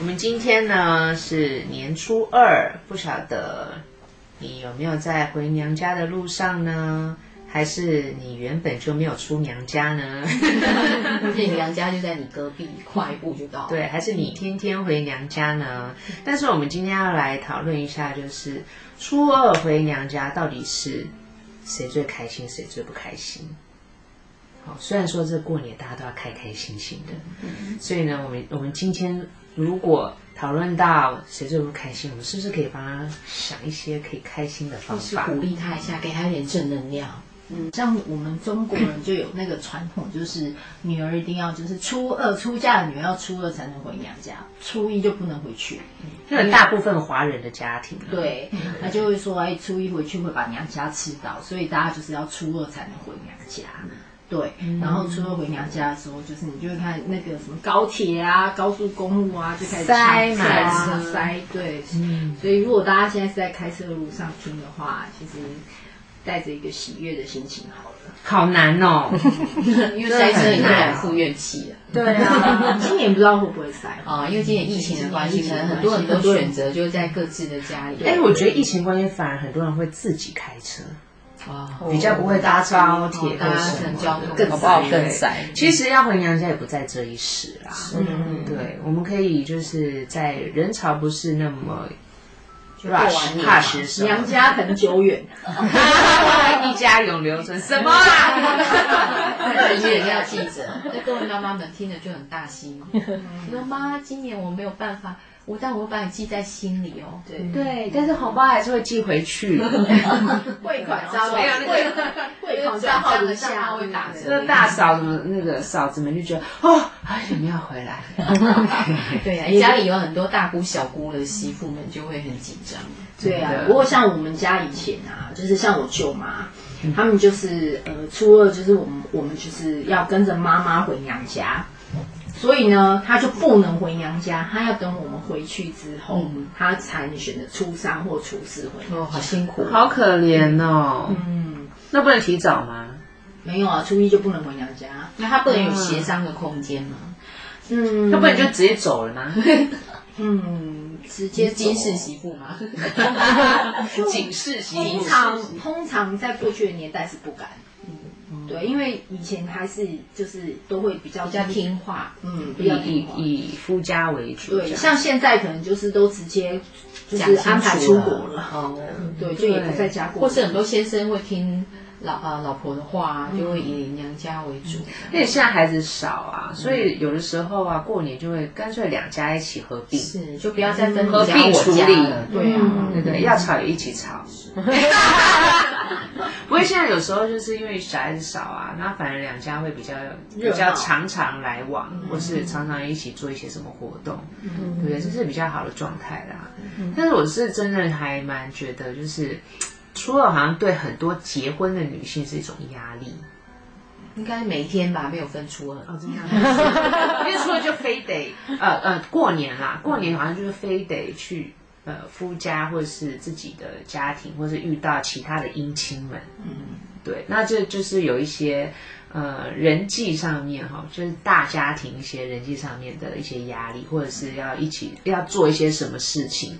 我们今天呢是年初二，不晓得你有没有在回娘家的路上呢？还是你原本就没有出娘家呢？而且你娘家就在你隔壁，跨一步就到。对，还是你天天回娘家呢？但是我们今天要来讨论一下，就是初二回娘家到底是谁最开心，谁最不开心？好，哦虽然说这过年大家都要开开心心的，嗯所以呢，我们我们今天如果讨论到谁最不开心，我们是不是可以帮他想一些可以开心的方或是法？鼓励他一下，给他一点正能量。嗯，像我们中国人就有那个传统，就是女儿一定要就是初二出嫁的女儿要初二才能回娘家，初一就不能回去。因为嗯大部分华人的家庭、啊，对，他就会说哎，初一回去会把娘家吃到，所以大家就是要初二才能回娘家。对，然后初二回娘家的时候，就是你就会看那个什么高铁啊、高速公路啊，就开始塞抢满抢车塞，对，所以如果大家现在是在开车的路上听的话，其实带着一个喜悦的心情好了。好难哦。因为塞车你会难满腹怨气啊 对啊，今年不知道会不会塞。啊！因为今年疫情的关系，疫可情的能关系很多人都选择就在各自的家里。 哎、我觉得疫情关系，反而很多人会自己开车，啊，哦比较不会搭高铁哦搭或什乘么交通更搞不好更塞对塞其实要回娘家也不在这一时啦。嗯，对，我们可以就是在人潮不是那么就过 rush 完年嘛 rush 的时候，娘家很久远， 一家永流传什么啊？ 一定要记着，嗯那各位妈妈们听了就很大喜嘛。你说妈，今年我没有办法，我但我会把你记在心里哦。对，对，但是红包还是会寄 回去。汇款啊账没有那个汇转款账号账如的账下号会打折那大嫂怎么那个嫂子们就觉得哦，哎，你们要回来， 对呀、家里有很多大姑小姑的媳妇们就会很紧张。对真啊的，不过像我们家以前啊，就是像我舅妈，嗯他们就是呃初二就是我们我们就是要跟着妈妈回娘家，所以呢她就不能回娘家，她要等我们回去之后，嗯她才能选择初三或初四回。哦，好辛苦。好可怜哦。嗯，那不能提早吗？没有啊，初一就不能回娘家。那他不能有协商的空间吗？嗯，那不能就直接走了 吗？嗯直接接金氏走媳妇吗？警示性通常通常在过去的年代是不敢，嗯，对，因为以前还是就是都会比较比较，听话，嗯，比以较听话。以以夫家为主，这对，样像现在可能就是都直接就是安排出国了，哦，对，就也不在家或过。是很多先生会听老啊老婆的话，就会以娘家为主。因为现在孩子少嗯啊，所以有的时候啊，过年就会干脆两家一起合并，是，就不要再分你合家并我处家理了。对啊，对不嗯对？要吵也一起 吵。不过现在有时候就是因为小孩子少啊，那反而两家会比较比热闹嗯较常常来往，或是常常一起做一些什么活动，对不对？这是比较好的状态啦。但是我是真的还蛮觉得，就是初二好像对很多结婚的女性是一种压力。应该每天吧，没有分初二。哦，真的啊， 因为初二就非得呃呃过年啦，过年好像就是非得去呃夫家或者是自己的家庭，或是遇到其他的姻亲们，嗯，对，那这就是有一些呃人际上面哈，就是大家庭一些人际上面的一些压力，或者是要一起要做一些什么事情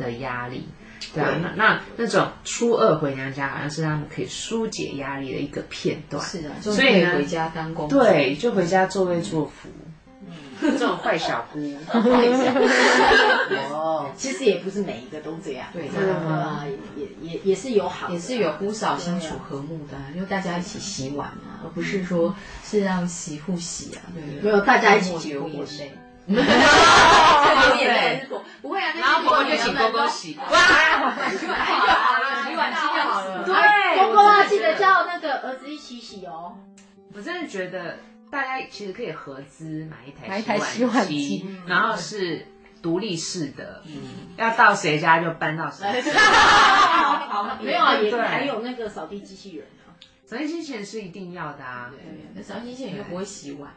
的压力。对啊，那那那种初二回娘家，好像是他们可以疏解压力的一个片段。是啊，就所可以以呢回家当公主。嗯对，就回家作威作福。这种坏小 姑， 哦，其实也不是每一个都这样，对真的啊，也也也是有好的，也是有姑嫂相处和睦的啊，就大家一起洗碗啊，而不是说是让媳妇洗啊，对不对？嗯没有大家一起洗流锅眼锅泪洗。流眼泪，不会啊，然后婆婆就请公公洗。哇，洗碗就好了，洗碗机就好了。哎对，公公啊，记得叫那个儿子一起洗哦。我真的觉得大家其实可以合资买一台买一台洗碗机，然后是独立式的，要到谁家就搬到谁家。没有啊，也对还有那个扫地机器人啊，扫地机器人是一定要的啊，那扫地机器人又不会洗碗，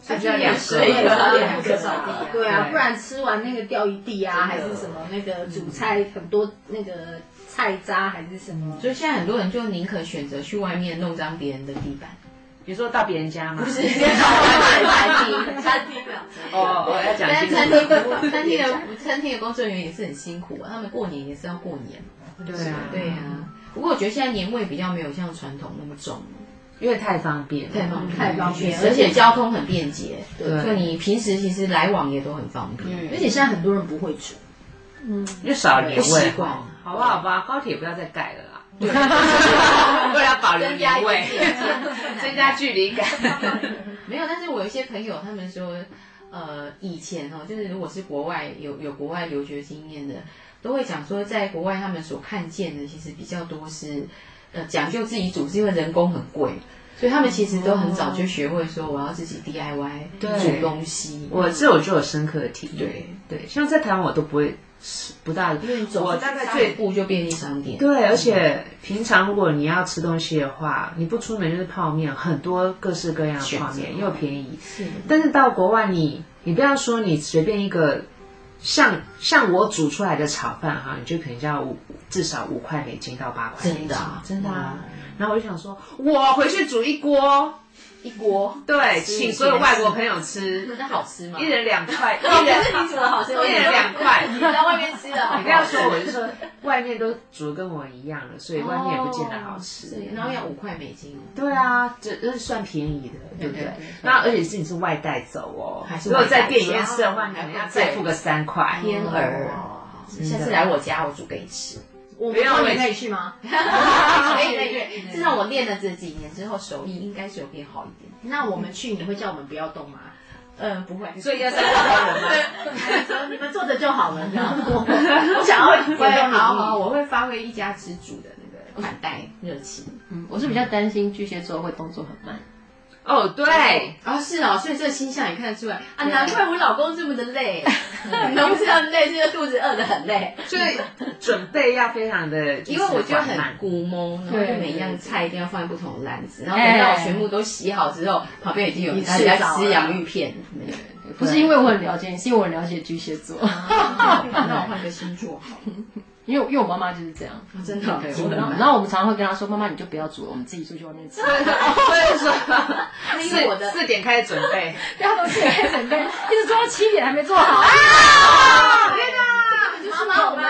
所以就要两是个对也人。是两个扫地啊对啊，对不然吃完那个掉一地啊，真的还是什么那个煮菜很多那个菜渣还是什么，所以现在很多人就宁可选择去外面弄脏别人的地板，你说到别人家吗？不直接找餐厅，餐厅啊。哦，我要讲但清餐楚。厅不，餐厅的餐厅的工作人员也是很辛苦啊，他们过年也是要过年。对啊，对啊，不过我觉得现在年味比较没有像传统那么重了，因为太方便了，太方便，太方便而且交通很便捷，对所以你平时其实来往也都很方便，而且现在很多人不会煮，又少了年不习味，惯好不好吧？高铁不要再盖了啊 啦，为了保留年 味，增加距离感。没有，但是我有一些朋友，他们说，呃，以前哦，就是如果是国外有有国外留学经验的，都会讲说，在国外他们所看见的，其实比较多是，呃，讲究自己煮，是因为人工很贵，所以他们其实都很早就学会说，我要自己 DIY 对煮东西。我这我就有深刻的体对验，对，像在台湾我都不会吃不大，因为你走我出大概去最散步就便利商店，对，而且平常如果你要吃东西的话，你不出门就是泡面，很多各式各样的泡选面择又便宜。是但是到国外你，你不要说你随便一个，像像我煮出来的炒饭哈，你就可能就要五至少五块美金到八块美金，真的啊真的啊。然后我就想说，我回去煮一锅，一锅，对，吃请所有外国朋友吃，那好吃吗？一人两块，一 人你煮的好吃，一人两块。哦哦你在外面吃的好你不要 说，我就说外面都煮得跟我一样了，所以外面也不见得好吃。哦是然后要五块美金哦。对啊，这这是算便宜的，对不对对对？那而且是你是外带走哦还，是如外果在带店里面吃的话，你可能要再付个三块。哦天鹅，下次来我家我煮给你吃。嗯我不要们委你屈可以去 吗？可以可以可以，至少我练了这几年之后，手艺应该是有变好一点。那我们去你会叫我们不要动吗？嗯，不会， 所以要三块人吗？你们坐着就好了，你知 道吗？我想要会好好，好，我会发挥一家之主的那个款待热情。嗯，我是比较担心巨蟹座会动作很慢。哦，对，啊，是哦，所以这个倾向也看得出来啊，难怪我老公这么的 累，农这样累，是肚子饿得很累，所以准备要非常的，因为就我就是缓慢很古蒙，然后就每一样菜一定要放在不同的篮子，然后等到我全部都洗好之后，旁边已经有人 啊在吃洋芋片，不是因为我很了解你，是因为我很了解巨蟹座， 那 我换个星座 好了，因为因为我妈妈就是这样。真的，我然 后然后我们常常会跟她说：“妈妈，你就不要煮了，我们自己出去外面吃。所以说 因为我的四四点开始准 备，”不要东西开始准备，一直做到七点还没做好。啊！妈妈， 我们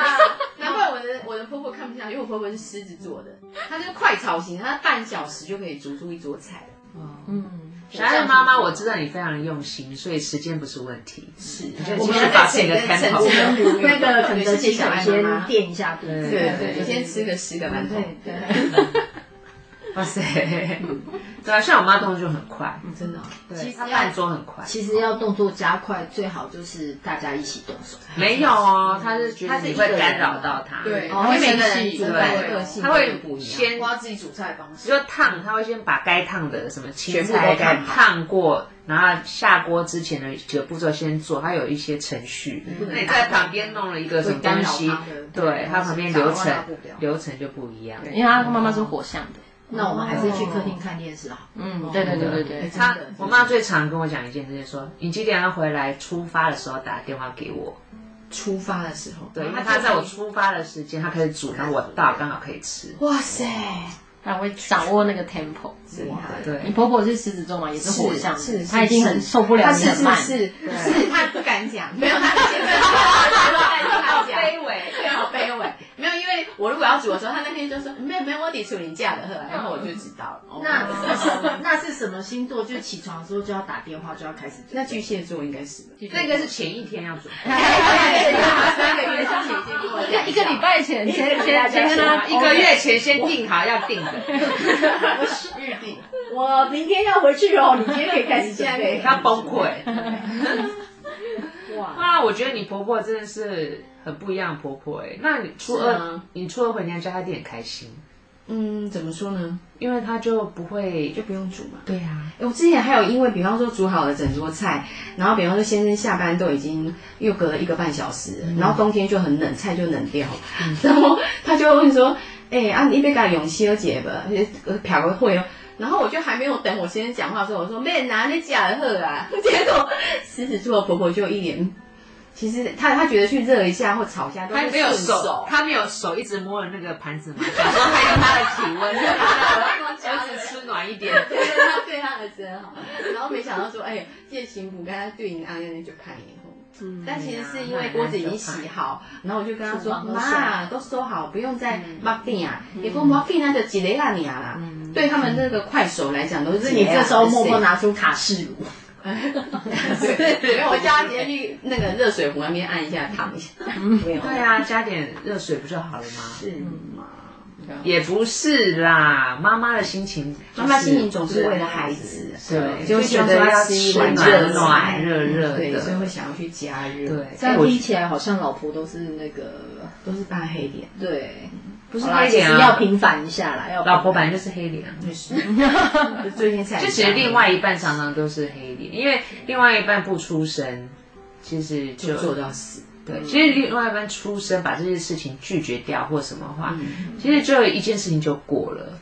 难怪我的我的婆婆看不下去，因为我婆婆是狮子座的，她就是快炒型，她半小时就可以煮出一桌菜了。哦嗯小爱的妈妈，我知道你非常用心，所以时间不是问题。是，我我们们要要在把自己的城 tempo 城市那个肯德基小可以爱妈先妈垫一下肚子。对对对，你先吃个十个馒头，对哇塞，对啊，像我妈动作就很快，真的哦。其对，实她要半桌很快。其实要动作加快，最好就是大家一起动手。没有哦，他是觉得他是你一个会人干扰到他，对，哦因为每生个人气煮对饭的个性他都会不一样。先我要自己煮菜的方式。就烫，他会先把该烫的什么青全部菜都烫给烫过，然后下锅之前的几个步骤先做，他有一些程序。那你在旁边弄了一个什么东西会干扰他的，对他旁边流程掌握他的步调流程就不一样。 因为她妈妈是火象的。那我们还是哦去客厅看电视好。哎嗯，对对对对对。他真的我妈最常跟我讲一件事，就是说你几点要回来？出发的时候打电话给我。出发的时候，对，因为她在我出发的时间，她开始煮，然后我到刚好可以吃。哇塞，她会掌握那个 tempo。真的。对你，婆婆是狮子座嘛，也是火象，是是她已经很受不了他你是很是慢。是是，他不敢讲，没有他先生， 他讲，微。对，好卑微，没有，因为我如果要煮的时候，他那天就说嗯没有没有，我得处理价的喝，然后我就知道了。哦那那是什么星座？就起床的时候就要打电话，就要开始。那巨蟹座应该是吧？那个是前一天要准备，三个月之前已经过了一个一个礼拜前前前前跟她一个月前先定好要定的，预定，我明天要回去哦，你今天可以开始准备。要崩溃。哇，啊，我觉得你婆婆真的是很不一样的婆婆哎、那你初是二吗，你初二回娘家，她一定很开心。嗯，怎么说呢？因为他就不会就不用煮嘛。对啊，欸我之前还有因为，比方说煮好了整桌菜，然后比方说先生下班都已经又隔了一个半小时嗯了，然后冬天就很冷，菜就冷掉，然后他就问说：“哎、啊，你别给勇气了姐吧，呃漂个会哦。”然后我就还没有等我先生讲话的时候，我说：“妹拿那假的喝啊！” 结果狮子座婆婆就一脸，其实她她觉得去热一下或炒一下都他是没有顺手手，，他没有手一直摸着那个盘子嘛，想说还有他的体 温，儿子吃暖一点。 嗯对他对他儿子很好，然后没想到说，哎，这行不跟他对你阿那就看以后。但其实是因为锅子已经洗好，然后我就跟他说：“妈，都收好，不用再抹定啊。”也跟抹定那就几雷那你啊啦。对他们那个快手来讲，都是是你这时候默默拿出卡式炉， 对对，然后我叫他直接去那个热水壶那边按一下烫一下。 没有，对啊，加点热水不就好了吗？是也不是啦，妈妈的心情就是，妈妈心情总是为了孩子，对，就觉觉得得要要吃吃暖暖热热暖暖热热对，所以的，会想要去加热，对，这但样我听起来好像老婆都是那个都是大黑点。对，不是好啦黑脸其实要啊，平反一下啦，要平反老婆本来就是黑脸啊。 最近才就其实另外一半常常都是黑脸，因为另外一半不出声，其实就就做到死，对。其实另外一半出声把这些事情拒绝掉或什么话，其实就一件事情就过了。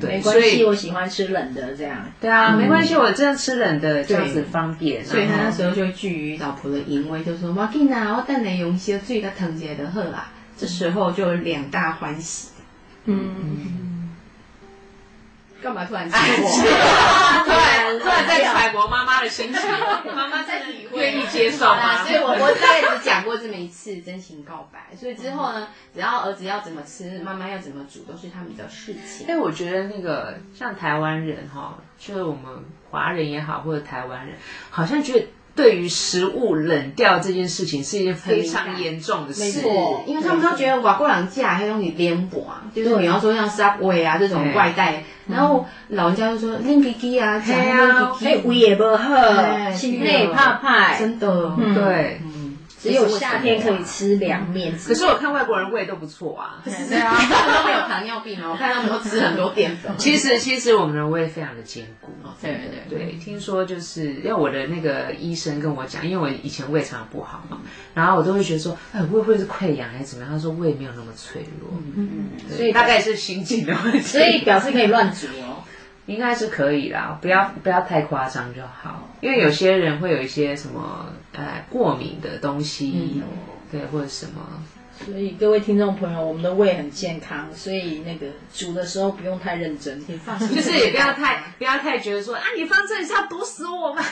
对，没所关以系，我喜欢吃冷的这样。对啊，没关系，我这样吃冷的，这样子方便。所以他然那后时候就据于老婆的淫威，就说：“我给啊，我等你用些水个疼些的喝啊。”这时候就两大欢喜。嗯，干嘛突 然气我？突然突然在揣摩妈妈的心情，妈妈在体会啊愿意接受好啦吗？所以我我大概只讲过这么一次真情告白，所以之后嗯呢，只要儿子要怎么吃，妈妈要怎么煮，都是他们的事情。但我觉得那个像台湾人哈，就是我们华人也好，或者台湾人，好像觉得对于食物冷掉这件事情是一件非常严重的事。是，因为他们都觉得瓦过朗架还用你连博啊，就是比方说像 Subway 啊这种嗯对外带，然后老人家就说 l i n k i k i 啊，讲对啊 l i n k 哎 i，k 胃也不好，哎心内怕怕 i，真的，嗯对，只有夏天可以吃凉面。可是我看外国人胃都不错啊。 对啊，他们都没有糖尿病啊，我看他们都吃很多淀 粉。其实其实我们的胃非常的坚固。对对对，听说就是因为我的那个医生跟我讲，因为我以前胃肠不好嘛，然后我都会觉得说，哎，胃会是溃疡还是怎么样？他说胃没有那么脆弱，嗯嗯，所以大概是心境的问题，所以表示可以乱煮哦。应该是可以啦，不要不要太夸张就好，因为有些人会有一些什么呃过敏的东西，对，或者什么，所以各位听众朋友，我们的胃很健康，所以那个煮的时候不用太认真，放心，就是也不要太不要太觉得说啊，你放这里是要毒死我吗？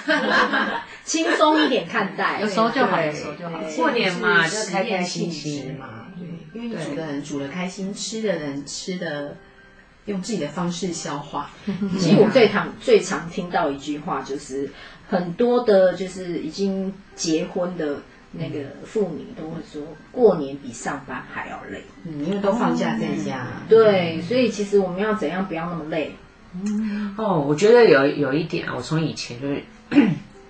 轻松一点看待。有时候就好，有时候就好。 过年 嘛，就就是开开实验心性质心嘛，对，因为你煮的人煮的开心，吃的人吃的用自己的方式消化，其实我最常最常听到一句话，就是很多的，就是已经结婚的那个妇女都会说，过年比上班还要累。嗯，因为都放假在家，对，所以其实我们要怎样不要那么累？哦，我觉得有有一点啊，我从以前就是，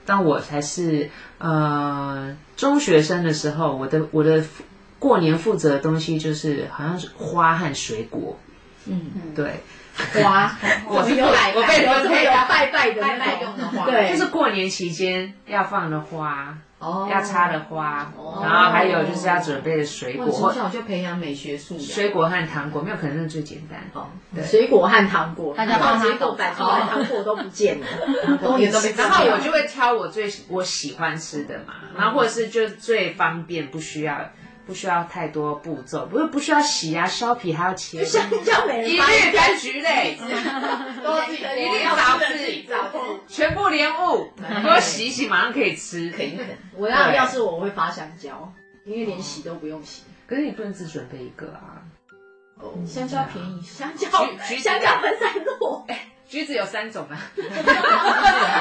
当我才是呃中学生的时候，我的我的负过年负责的东西就是好像是花和水果，嗯，对，花，我是 我被分配有的拜拜的拜那拜种用的花，对就是过年期间要放的花，哦要插的花，然后还有就是要准备的水我果从或小就培养美学素养，水果和糖果，没有可能是最简单。哦，对。水果和糖果，大家帮他水果哦摆出来，糖果都不见了，我也都没然后我就会挑我最我喜欢吃的嘛，然后或者是就最方便，不需要不需要太多步骤，不是不需要洗啊、削皮还要切，就像像美一人发律柑橘类，都自己一律枣子，全部莲雾，给我洗一洗，马上可以吃。可以。我要对要是我我会发香蕉，因为连洗都不用洗。可是你不能只准备一个啊，香蕉便宜，香蕉橘橘子香蕉分 三路，橘子有三种啊，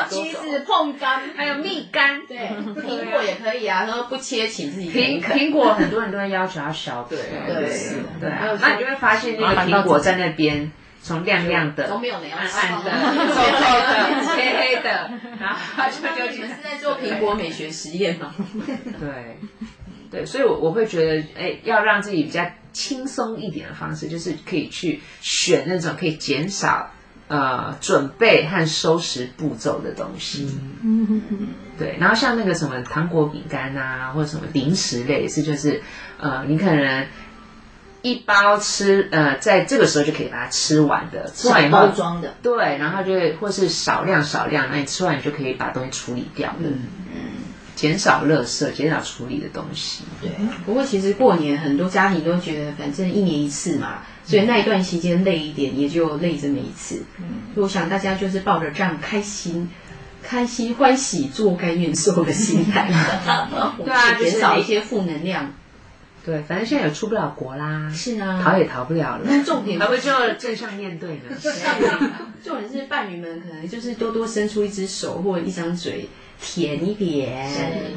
橘子碰柑， 还有蜜柑，啊对，苹果也可以啊，他说不切请自己苹啃。苹果很多人都会要求要削皮，对对是对啊，那你就会发现那个苹果在那边从亮亮的、都没有那样暗子 暗的、皱皱的、 黑黑的，然后他就就你们是在做苹果美学实验吗？对，对，所以我，我会觉得，哎，要让自己比较轻松一点的方式，就是可以去选那种可以减少呃准备和收拾步骤的东西。嗯对，然后像那个什么糖果、饼干啊，或者什么零食类也是，就是呃，你可能。一包吃，呃，在这个时候就可以把它吃完的，吃完以后包装的，对，然后就会或是少量少量，那你吃完你就可以把东西处理掉的，减少垃圾，减少处理的东西。不过其实过年很多家庭都觉得，反正一年一次嘛，所以那一段期间累一点，也就累这么一次。嗯，我想大家就是抱着这样开心、开心、欢喜做该愿受的心态，对啊就是减少一些负能量。对，反正现在也出不了国啦，是啊，逃也逃不了了，那重点还不就正向面对呢？重点是伴侣们可能就是多多伸出一只手或者一张嘴，舔一点，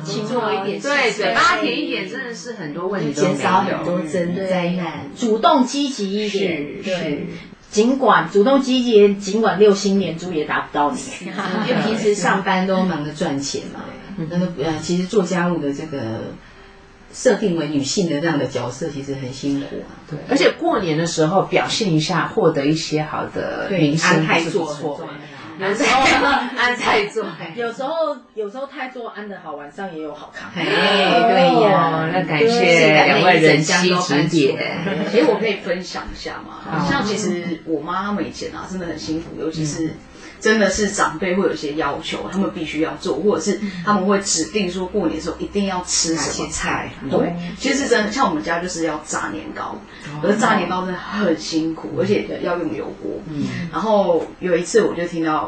请做一点对，事情嘴巴甜一点，真的是很多问题都减没少很有。多真对灾难。主动积极一是点，是对。。尽管主动积极，尽管六星连珠也打不到你，因为平时上班都忙着赚钱嘛，那个呃，其实做家务的这个设定为女性的这样的角色，其实很辛苦啊。对，而且过年的时候表现一下，获得一些好的名声安还泰是不做很错重。要。安泰，安泰 做。有时候有时候太做安的好，晚上也有好看。哎，对哦，呀，那感谢对两位人妻指点。其实我可以分享一下嘛，像其实我妈他们以前啊，真的很辛苦，尤其是真的是长辈会有一些要求，他们必须要做，或者是他们会指定说过年的时候一定要吃什么菜。对，其实真的像我们家就是要炸年糕，而炸年糕真的很辛苦，而且要用油锅。嗯，然后有一次我就听到。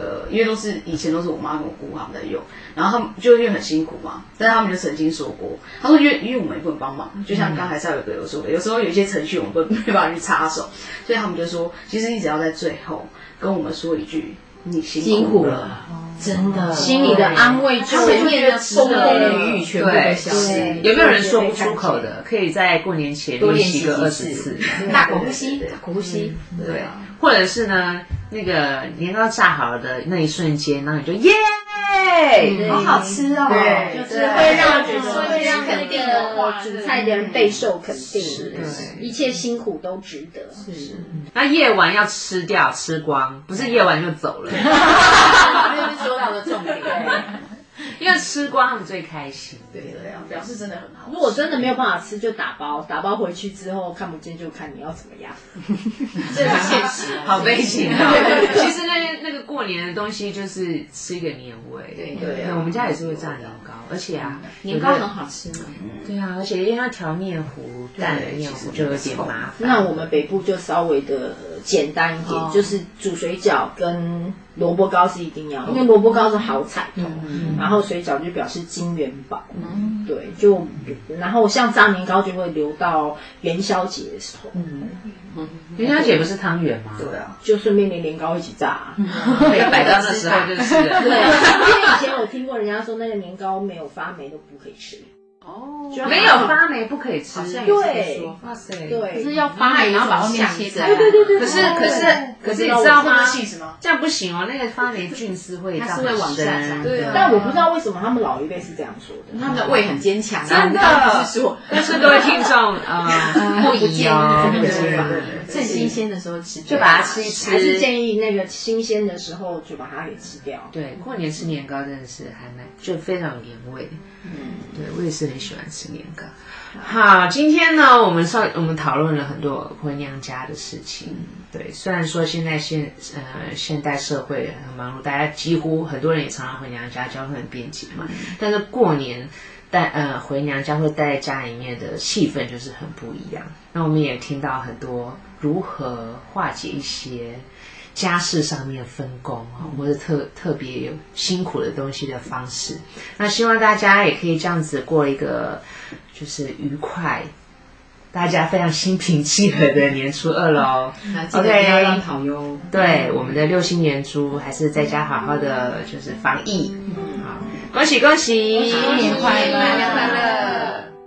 呃，因为都是以前都是我妈跟我姑他们在用，然后他们就因为很辛苦嘛，但是他们就曾经说过，他说因为因为我们也不能帮忙，就像刚才邵伟哥有说的，有时候有一些程序我们不没办法去插手，所以他们就说，其实你只要在最后跟我们说一句你辛苦辛苦了，哦了，真的，心里的安慰就他们就觉得值风得风雨雨全部都对消失。有没有人说不出口的？可以在过年前多练练习习个二几十次次，大口呼吸，嗯大口呼吸，啊对，或者是呢，那个年糕炸好了的那一瞬间，然后你就耶，好好吃哦。对就是会让对会让那肯定的个煮菜的人备受肯定，对一切辛苦都值得。那夜晚要吃掉吃光，不是夜晚就走 了，这是说到的重点。因为吃光他们最开心。对对啊，表示真的很好。如果真的没有办法吃，就打包，打包回去之后看不见就看你要怎么样。这是现实，好悲情啊！ 其实那那个过年的东西就是吃一个年味。对对啊我们家也是会炸年糕，而且啊，年糕很好吃嘛，对啊，而且因为它调面糊、蛋的面糊就有点麻烦。那我们北部就稍微的简单一点，哦就是煮水饺跟萝卜糕是一定嗯要，因为萝卜糕是好彩头，然后水饺就表示金元宝，对，就然后像炸年糕就会留到元宵节的时候，元宵节不是汤圆吗？对啊，就顺便连年糕一起炸、啊。可以摆到那时 候啊就是对，了。因为以前我听过人家说那个年糕没有发霉都不可以吃，没有发霉不可以吃，对哇塞，对，是要发霉，然后把外面切对开。对对对可是可是可是你知道这吗不？是 cheese 吗？这样不行哦，那个发霉菌丝会它是会往下长对啊但我不知道为什么他们老一辈是这样说的。他们的胃很坚强啊，真的不是说但是各位听众，呃，不宜哦， 不不建议宜吧对对对正新鲜的时候吃，就把它吃一吃。还是建议那个新鲜的时候就把它给吃掉。对，过年吃年糕真的是还蛮，就非常有年味。嗯，对我也是很喜欢吃年糕。好，今天呢，我们上我们讨论了很多回娘家的事情。嗯对，虽然说现在现呃现代社会很忙碌，大家几乎很多人也常常回娘家，交通很便捷嘛。但是过年带呃回娘家或待在家里面的气氛就是很不一样。那我们也听到很多如何化解一些家事上面分工啊，或者特特别有辛苦的东西的方式。那希望大家也可以这样子过一个就是愉快，大家非常心平气和的年初二喽。啊记得不要让讨哟。对，我们的六星年猪还是在家好好的就是防疫，好，恭喜恭喜，新年快乐新年快乐！